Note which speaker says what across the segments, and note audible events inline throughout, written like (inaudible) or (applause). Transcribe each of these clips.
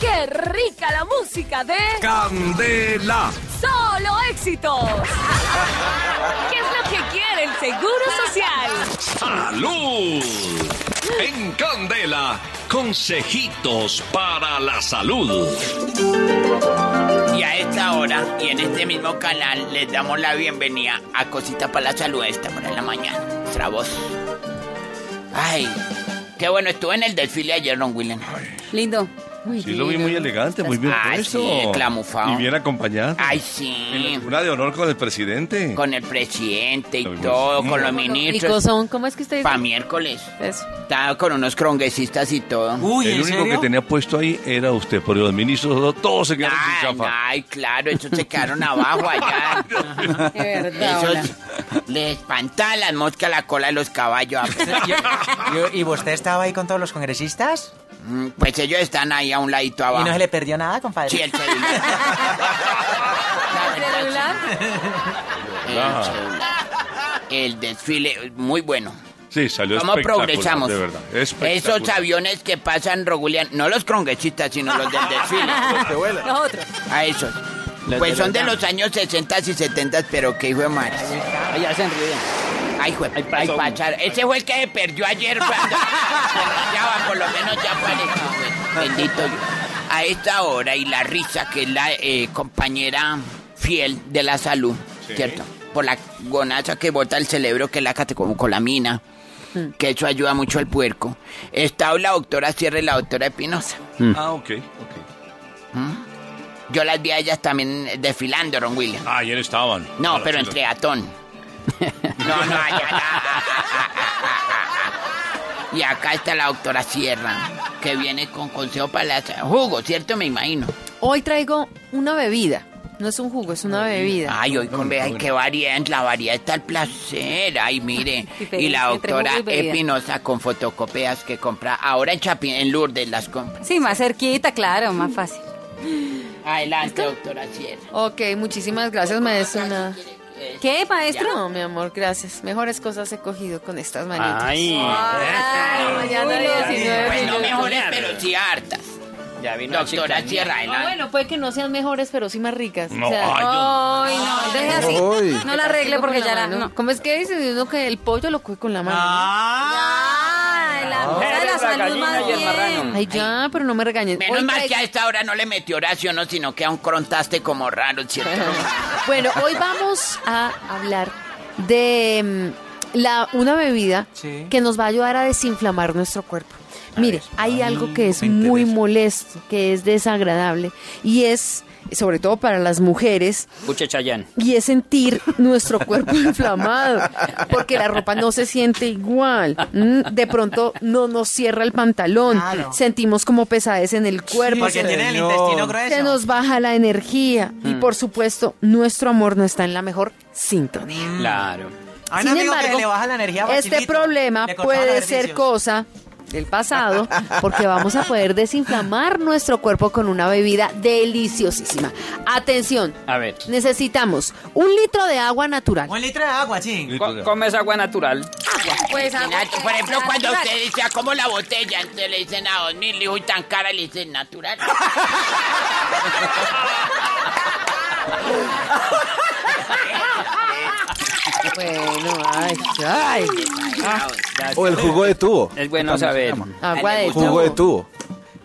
Speaker 1: qué rica la música de
Speaker 2: Candela.
Speaker 1: Solo Éxitos. ¿Qué es lo que quiere el Seguro Social?
Speaker 2: ¡Salud! En Candela, consejitos para la salud.
Speaker 3: Y a esta hora, y en este mismo canal, les damos la bienvenida a Cosita para la Salud a esta hora de la mañana. Nuestra voz. Ay, qué bueno, estuve en el desfile ayer, Ron Willen.
Speaker 1: Lindo.
Speaker 2: Sí, lo vi muy elegante, muy bien
Speaker 3: Ah,
Speaker 2: puesto.
Speaker 3: sí, clamufado.
Speaker 2: Y bien acompañado.
Speaker 3: Ay, sí.
Speaker 2: Una de honor con el presidente.
Speaker 3: Con el presidente y
Speaker 2: Ay,
Speaker 3: todo,
Speaker 2: sí.
Speaker 3: con los
Speaker 1: Y
Speaker 3: ministros.
Speaker 1: Cosón, ¿cómo es que ustedes
Speaker 3: Para miércoles.
Speaker 1: Eso.
Speaker 3: Estaba con unos cronguesistas y todo.
Speaker 4: Uy,
Speaker 2: el
Speaker 4: ¿en
Speaker 2: único
Speaker 4: serio?
Speaker 2: que tenía puesto ahí era usted, porque los ministros todos se quedaron
Speaker 3: Ay,
Speaker 2: sin chafa.
Speaker 3: ay, claro, esos se quedaron abajo
Speaker 4: (laughs)
Speaker 3: allá.
Speaker 1: De verdad. hola.
Speaker 3: Esos les espantaban las moscas la cola de los caballos.
Speaker 4: (laughs) ¿Y, y usted estaba ahí con todos los congresistas?
Speaker 3: Mm, Pues ellos están ahí a un ladito
Speaker 4: ¿Y
Speaker 3: abajo.
Speaker 4: no se le perdió nada, compadre?
Speaker 3: Sí, el celular. La
Speaker 1: ¿El
Speaker 3: verdad,
Speaker 1: celular?
Speaker 3: sí, el celular. (laughs) El desfile, muy bueno.
Speaker 2: Sí, salió
Speaker 3: ¿Cómo
Speaker 2: espectacular,
Speaker 3: progresamos?
Speaker 2: De verdad. espectacular.
Speaker 3: Esos aviones que pasan, Rogulian, no los cronguechistas, sino los
Speaker 2: (laughs)
Speaker 3: del desfile.
Speaker 1: Los otros.
Speaker 3: A esos. Pues son de los años 60 y 70, pero que hijo de madre. Ahí hacen ruido. Ay, juez, ay, pasar. Ese fue el que se perdió ayer cuando (laughs) ya va, por lo menos ya apareció. güey. Bendito Dios. A esta hora y la risa, que es la eh, compañera fiel de la salud, ¿cierto? Por la gonaza que bota el cerebro, que es la catecolamina, que eso ayuda mucho al puerco. Está la doctora Sierra y la doctora Espinosa.
Speaker 2: Ah, ok, ok.
Speaker 3: Yo las vi a ellas también desfilando, Ron William.
Speaker 2: Ah, ayer estaban.
Speaker 3: No,
Speaker 2: Ahora,
Speaker 3: pero
Speaker 2: sí,
Speaker 3: entre
Speaker 5: (laughs)
Speaker 3: atón. No, no, allá no. Y acá está la doctora Sierra, que viene con consejo para la... Jugo, ¿cierto? Me imagino.
Speaker 6: Hoy traigo una bebida. No es un jugo, es una bebida.
Speaker 3: Ay, hoy con... Ay, qué variedad, la variedad está el placer. Ay,
Speaker 6: (laughs)
Speaker 3: mire. Y la
Speaker 6: Diferencia entre
Speaker 3: doctora
Speaker 6: jugo y bebida.
Speaker 3: Espinosa con fotocopias que compra. Ahora en Chapi, en Lourdes las compra.
Speaker 1: Sí, más cerquita, claro, más fácil.
Speaker 3: Adelante, doctora Sierra.
Speaker 6: Ok, muchísimas gracias, maestro. Nada.
Speaker 1: ¿Qué, maestro?
Speaker 6: No, mi amor, gracias. Mejores cosas he cogido con estas manitas.
Speaker 5: Ay,
Speaker 6: Ay, mañana
Speaker 3: Pues
Speaker 6: 19
Speaker 3: no
Speaker 6: minutos.
Speaker 3: mejores, pero sí hartas.
Speaker 5: ya vino la
Speaker 3: Doctora
Speaker 5: chicanía.
Speaker 3: Sierra,
Speaker 6: Ah,
Speaker 3: adelante.
Speaker 6: bueno, puede que no sean mejores, pero sí más ricas.
Speaker 2: No,
Speaker 6: O sea,
Speaker 1: Ay,
Speaker 2: ay,
Speaker 1: no, deje así. No la arregle porque ya la... No.
Speaker 6: ¿Cómo es que dice uno que el pollo lo coge con la mano?
Speaker 2: Ah.
Speaker 1: Ay, la cosa de la
Speaker 5: Eres la
Speaker 1: salud
Speaker 5: gallina
Speaker 1: más
Speaker 5: y el marrano.
Speaker 1: bien.
Speaker 6: Ay, ya, pero no me regañes.
Speaker 3: Menos
Speaker 6: Hoy
Speaker 3: mal
Speaker 6: traigo-
Speaker 3: que a esta hora no le metió oración, no, sino que a un crontaste como raro, ¿cierto?
Speaker 6: Bueno, hoy vamos a hablar de mm, la, una bebida
Speaker 4: Sí.
Speaker 6: que nos va a ayudar a desinflamar nuestro cuerpo. Mire, hay algo que es muy molesto, que es desagradable, y es, sobre todo para las mujeres,
Speaker 5: Escuche, Chayán.
Speaker 6: y es sentir nuestro cuerpo (laughs) inflamado, porque la ropa no se siente igual. Mm, De pronto no nos cierra el pantalón,
Speaker 4: Claro.
Speaker 6: sentimos como pesadez en el cuerpo.
Speaker 4: Porque tiene el intestino grueso.
Speaker 6: Se nos baja la energía
Speaker 4: Mm.
Speaker 6: y por supuesto nuestro amor no está en la mejor sintonía.
Speaker 3: Mm.
Speaker 5: Claro.
Speaker 4: Hay un
Speaker 6: Sin
Speaker 4: Ah, amigo que
Speaker 6: embargo,
Speaker 4: le baja la energía a
Speaker 6: este
Speaker 4: Bachilito.
Speaker 6: problema
Speaker 4: Le cortaban
Speaker 6: puede
Speaker 4: los
Speaker 6: ser
Speaker 4: ejercicios.
Speaker 6: cosa del pasado porque vamos a
Speaker 4: (laughs)
Speaker 6: poder desinflamar nuestro cuerpo con una bebida deliciosísima. Atención,
Speaker 5: A ver.
Speaker 6: necesitamos un litro de agua natural.
Speaker 4: Un litro de agua, ching.
Speaker 5: Co- Comes agua natural.
Speaker 1: Pues,
Speaker 3: Sin
Speaker 1: agua
Speaker 3: nat- Por ejemplo,
Speaker 1: natural.
Speaker 3: cuando usted dice, "Ah, ¿cómo la botella? Entonces le dicen a dos mil, y tan cara, le dicen natural.
Speaker 6: Bueno, ay, ay.
Speaker 7: O el jugo de tubo.
Speaker 5: Es bueno saber.
Speaker 4: Ah,
Speaker 6: Agua de
Speaker 7: Jugo de tubo.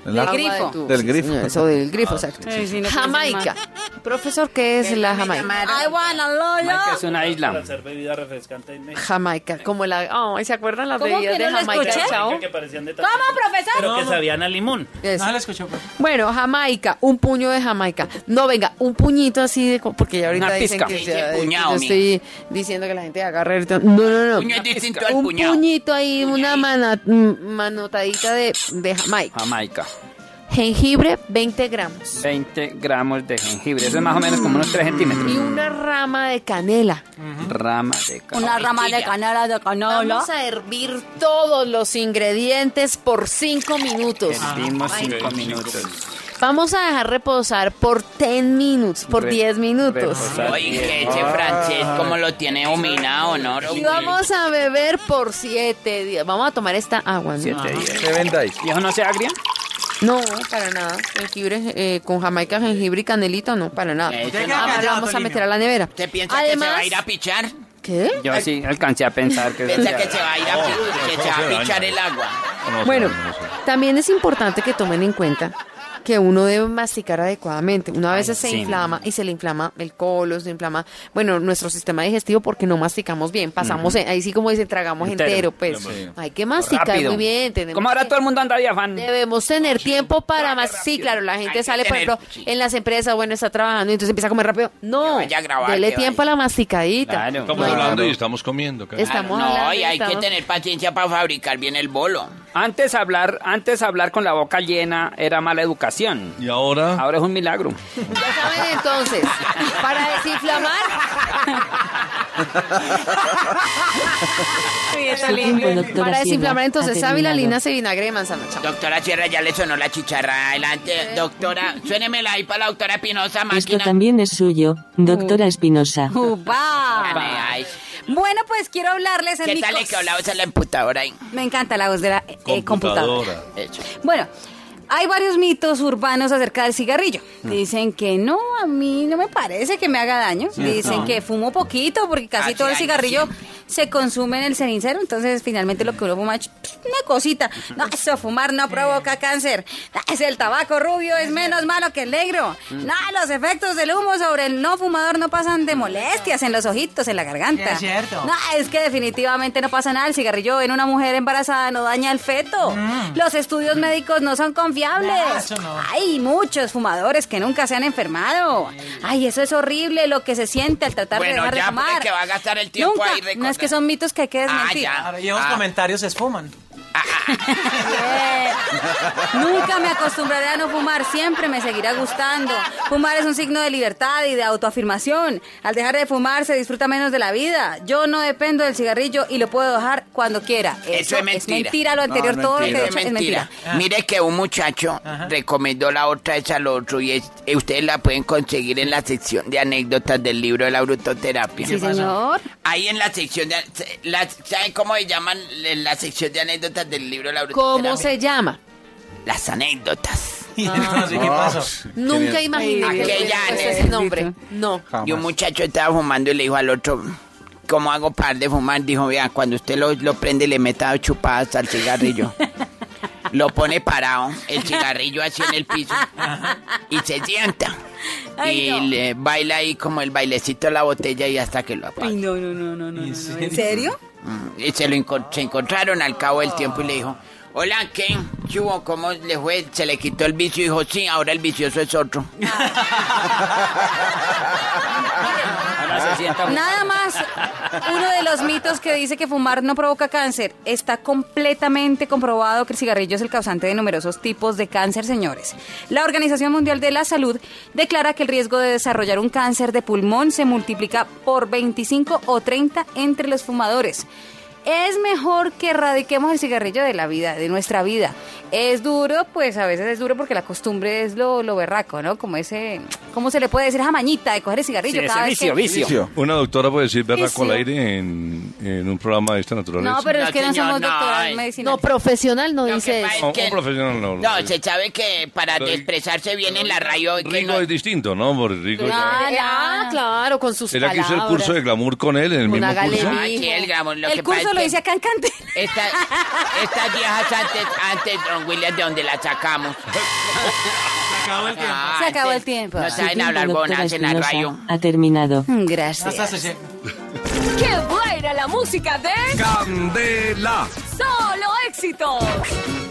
Speaker 1: Del
Speaker 7: La-
Speaker 1: grifo.
Speaker 6: tubo,
Speaker 7: Del
Speaker 6: sí,
Speaker 7: grifo.
Speaker 6: señor, Eso del grifo, exacto.
Speaker 1: Sí, sí, no piensen
Speaker 6: Jamaica.
Speaker 1: más.
Speaker 6: Profesor, ¿qué es la Jamaica?
Speaker 1: ah, I wanna love you.
Speaker 5: Jamaica es una isla.
Speaker 8: hacer bebida refrescante en México.
Speaker 6: Jamaica, como la... ay, ¿Se acuerdan las
Speaker 1: ¿Cómo
Speaker 6: bebidas
Speaker 1: que no
Speaker 6: de
Speaker 1: lo
Speaker 6: Jamaica?
Speaker 1: escuché?
Speaker 6: Chao.
Speaker 8: Que parecían de
Speaker 1: ¿Cómo,
Speaker 8: tapete,
Speaker 1: profesor?
Speaker 8: Pero que sabían a limón.
Speaker 6: Eso.
Speaker 4: No lo escuchó, pues.
Speaker 6: Bueno, Jamaica, un puño de Jamaica. No, venga, un puñito así de... co- Porque ya ahorita
Speaker 5: Una
Speaker 6: dicen
Speaker 5: pizca.
Speaker 6: que,
Speaker 3: Dice
Speaker 6: ya- que
Speaker 3: puñado,
Speaker 6: yo
Speaker 3: mija.
Speaker 6: estoy diciendo que la gente agarre... ahorita. No, no, no.
Speaker 3: Puño es distinto al
Speaker 6: un
Speaker 3: puñado.
Speaker 6: puñito ahí, una mana- mm, manotadita de, de Jamaica.
Speaker 5: Jamaica.
Speaker 6: Jengibre, 20 gramos.
Speaker 5: 20 gramos de jengibre. Eso es más o menos como unos 3 centímetros.
Speaker 6: Y una rama de canela.
Speaker 5: Rama de ca-
Speaker 1: Una rama de canela, de canola.
Speaker 6: Vamos a hervir todos los ingredientes por 5 minutos.
Speaker 5: Hervimos 5 minutos.
Speaker 6: Vamos a dejar reposar por 10 minutos, por
Speaker 5: Re-
Speaker 6: 10 minutos.
Speaker 5: reposar.
Speaker 3: Oye, ese francés, ¿cómo lo tiene dominado, no?
Speaker 6: Y vamos a beber por 7 días. Vamos a tomar esta agua. ¿no?
Speaker 5: 7 días.
Speaker 7: Se vendáis.
Speaker 5: ¿Y eso no se agria?
Speaker 6: No, para nada. Jengibre, eh, con jamaica, jengibre y canelita, no, para nada.
Speaker 3: Eso
Speaker 6: Ahora
Speaker 3: no.
Speaker 6: la vamos a meter a la nevera.
Speaker 3: ¿Usted piensa que se va a ir a pichar?
Speaker 6: ¿Qué?
Speaker 5: Yo sí alcancé a pensar que...
Speaker 3: Piensa que se va a ir a, pi- que se va
Speaker 2: se
Speaker 3: a
Speaker 2: daña.
Speaker 3: pichar el agua.
Speaker 2: No, no,
Speaker 6: Bueno,
Speaker 2: no, no, no, no.
Speaker 6: también es importante que tomen en cuenta que uno debe masticar adecuadamente. Uno a veces se
Speaker 5: sí.
Speaker 6: inflama y se le inflama el colon, se inflama, bueno, nuestro sistema digestivo porque no masticamos bien. Pasamos, en- ahí sí como dice, tragamos entero,
Speaker 5: Entero.
Speaker 6: pues. Hay que masticar
Speaker 5: Rápido.
Speaker 6: muy bien. tenemos
Speaker 5: Como ahora
Speaker 6: que-
Speaker 5: todo el mundo anda de afán.
Speaker 6: Debemos tener tiempo para más. Sí, claro, la gente
Speaker 3: Hay que
Speaker 6: sale, por
Speaker 3: tener-
Speaker 6: ejemplo,
Speaker 3: sí.
Speaker 6: en las empresas, bueno, está trabajando y entonces empieza a comer rápido. No,
Speaker 3: vaya a grabar,
Speaker 6: dele
Speaker 3: que
Speaker 6: tiempo
Speaker 3: vaya.
Speaker 6: a la masticadita.
Speaker 5: Claro.
Speaker 2: Estamos
Speaker 6: No hay-
Speaker 2: hablando y estamos comiendo. cara.
Speaker 6: Es- Estamos
Speaker 3: Ah, no,
Speaker 6: hablando,
Speaker 3: y hay
Speaker 6: estamos-
Speaker 3: que tener paciencia para fabricar bien el bolo.
Speaker 5: Antes hablar, antes hablar con la boca llena era mala educación.
Speaker 2: Y ahora,
Speaker 5: Ahora es un milagro.
Speaker 6: Ya saben entonces, para desinflamar, para desinflamar entonces sábila, linaza y vinagre de manzana. Chao.
Speaker 3: Doctora Sierra ya le sonó la chicharra
Speaker 6: Eh.
Speaker 3: adelante. Doctora, suénemela ahí para la doctora Pinoza,
Speaker 9: Esto
Speaker 3: máquina.
Speaker 9: también es suyo, doctora
Speaker 6: Uh.
Speaker 9: Espinosa.
Speaker 10: Ah.
Speaker 3: Ay, ay.
Speaker 10: Bueno, pues quiero hablarles en
Speaker 3: ¿Qué
Speaker 10: mi
Speaker 3: tal
Speaker 10: cos-
Speaker 3: le que hablabas a la emputadora ahí?
Speaker 10: Me encanta la voz de la eh, eh, computadora.
Speaker 2: computadora.
Speaker 3: Eso.
Speaker 10: Bueno, hay varios mitos urbanos acerca del cigarrillo. Dicen que no, a mí no me parece que me haga daño. Dicen que fumo poquito porque casi
Speaker 3: Casi
Speaker 10: todo el
Speaker 3: daño
Speaker 10: cigarrillo se consume en el cenicero. Entonces, finalmente lo que uno fuma es una cosita.
Speaker 4: (laughs)
Speaker 10: No, eso fumar no provoca cáncer. No, Es el tabaco rubio es menos malo que el negro.
Speaker 4: Mm.
Speaker 10: No, los efectos del humo sobre el no fumador no pasan de molestias en los ojitos, en la garganta.
Speaker 4: Sí, es cierto.
Speaker 10: No, es que definitivamente no pasa nada. El cigarrillo en una mujer embarazada no daña el feto. Los estudios médicos no son confiables.
Speaker 4: Mm. Nah, eso no.
Speaker 10: Hay muchos fumadores que nunca se han enfermado. Ay, eso es horrible lo que se siente al tratar de
Speaker 3: Bueno,
Speaker 10: dejar de
Speaker 3: ya,
Speaker 10: fumar.
Speaker 3: porque que va a gastar el tiempo
Speaker 10: Nunca.
Speaker 3: ahí recordando.
Speaker 10: No es que son mitos que hay que desmentir.
Speaker 3: Ah,
Speaker 4: Ahora, y esos
Speaker 3: Ah.
Speaker 4: comentarios se esfuman. (laughs)
Speaker 10: Bien. Nunca me acostumbraré a no fumar, siempre me seguirá gustando. Fumar es un signo de libertad y de autoafirmación. Al dejar de fumar se disfruta menos de la vida. Yo no dependo del cigarrillo y lo puedo dejar cuando quiera.
Speaker 3: Eso es mentira.
Speaker 10: lo
Speaker 3: No,
Speaker 10: anterior,
Speaker 3: no
Speaker 10: todo
Speaker 3: entiendo.
Speaker 10: lo que he dicho es mentira.
Speaker 3: Mire que un muchacho recomendó la otra es al otro y es- eh, ustedes la pueden conseguir en la sección de anécdotas del libro de la brutoterapia.
Speaker 10: Sí, señor.
Speaker 3: Ahí en la sección de... la- ¿Saben cómo se llaman le- la sección de anécdotas del libro de la brutoterapia?
Speaker 6: ¿Cómo se llama?
Speaker 3: Las anécdotas.
Speaker 4: Y entonces, ¿qué pasó?
Speaker 6: Nunca imaginé
Speaker 3: Ay,
Speaker 6: que le
Speaker 3: aquella
Speaker 6: hubiera puesto
Speaker 3: Ana.
Speaker 6: ese nombre. No.
Speaker 3: Y un muchacho estaba fumando y le dijo al otro... ¿Cómo hago par de fumar? Dijo, vea, cuando usted lo, lo prende le meta dos chupadas al
Speaker 10: (laughs)
Speaker 3: cigarrillo. lo pone parado, el cigarrillo así en el piso. y se sienta.
Speaker 10: Ay,
Speaker 3: y
Speaker 10: no.
Speaker 3: le baila ahí como el bailecito a la botella y hasta que lo apaga.
Speaker 10: no, no, no, no, no. ¿En serio?
Speaker 3: Mm, Y se lo encon- se encontraron al cabo del tiempo y le dijo, hola, ¿qué? ¿Qué hubo? ¿Cómo le fue? Se le quitó el vicio y dijo, sí, ahora el vicioso es otro.
Speaker 5: Ahora se sienta muy-
Speaker 10: Nada más, uno de los mitos que dice que fumar no provoca cáncer. Está completamente comprobado que el cigarrillo es el causante de numerosos tipos de cáncer, señores. La Organización Mundial de la Salud declara que el riesgo de desarrollar un cáncer de pulmón se multiplica por 25 o 30 entre los fumadores. Es mejor que erradiquemos el cigarrillo de la vida, de nuestra vida. Es duro, pues a veces es duro porque la costumbre es lo, lo berraco, ¿no? Como ese, ¿cómo se le puede decir? Jamañita de coger el cigarrillo
Speaker 5: Sí,
Speaker 10: cada
Speaker 5: ese
Speaker 10: vez
Speaker 5: vicio,
Speaker 10: que...
Speaker 5: vicio.
Speaker 2: una doctora puede decir verla
Speaker 10: Sí,
Speaker 2: con
Speaker 10: sí.
Speaker 2: aire en, en un programa de esta naturaleza.
Speaker 10: No, pero
Speaker 3: No,
Speaker 10: es que no
Speaker 3: señor,
Speaker 10: somos
Speaker 3: no,
Speaker 10: doctoras
Speaker 3: ay.
Speaker 10: medicinales.
Speaker 6: No, profesional no
Speaker 3: Lo que
Speaker 6: dice
Speaker 3: pasa es
Speaker 6: eso.
Speaker 2: Un-
Speaker 3: que-
Speaker 2: un profesional no,
Speaker 3: No,
Speaker 2: no.
Speaker 3: se sabe que para
Speaker 2: Pero-
Speaker 3: expresarse bien en la radio... que
Speaker 2: Rigo
Speaker 3: no-
Speaker 2: es distinto, ¿no? Porque Rigo ya-
Speaker 6: Ah, ya, claro, con sus
Speaker 2: ¿Será que hizo el
Speaker 6: palabras.
Speaker 2: curso de glamour con él en el
Speaker 6: Una
Speaker 2: mismo curso?
Speaker 6: galería.
Speaker 3: Ah, sí, el gramo, lo que
Speaker 10: el
Speaker 3: pasa
Speaker 10: curso
Speaker 3: es
Speaker 10: lo
Speaker 3: que
Speaker 10: hice acá en Cante.
Speaker 3: esta- estas viejas antes, antes, don William, de donde la sacamos. Ah,
Speaker 10: (laughs) Se acabó
Speaker 3: antes
Speaker 10: el tiempo.
Speaker 3: No
Speaker 9: Su
Speaker 3: saben
Speaker 9: tiempo,
Speaker 3: hablar
Speaker 9: doctora
Speaker 3: bonas en la
Speaker 9: Espinosa,
Speaker 3: radio.
Speaker 9: Ha terminado.
Speaker 10: Mm.
Speaker 4: Hasta
Speaker 10: Gracias.
Speaker 4: se se-
Speaker 1: ¡Qué buena la música de
Speaker 11: Candela.
Speaker 1: Solo Éxitos!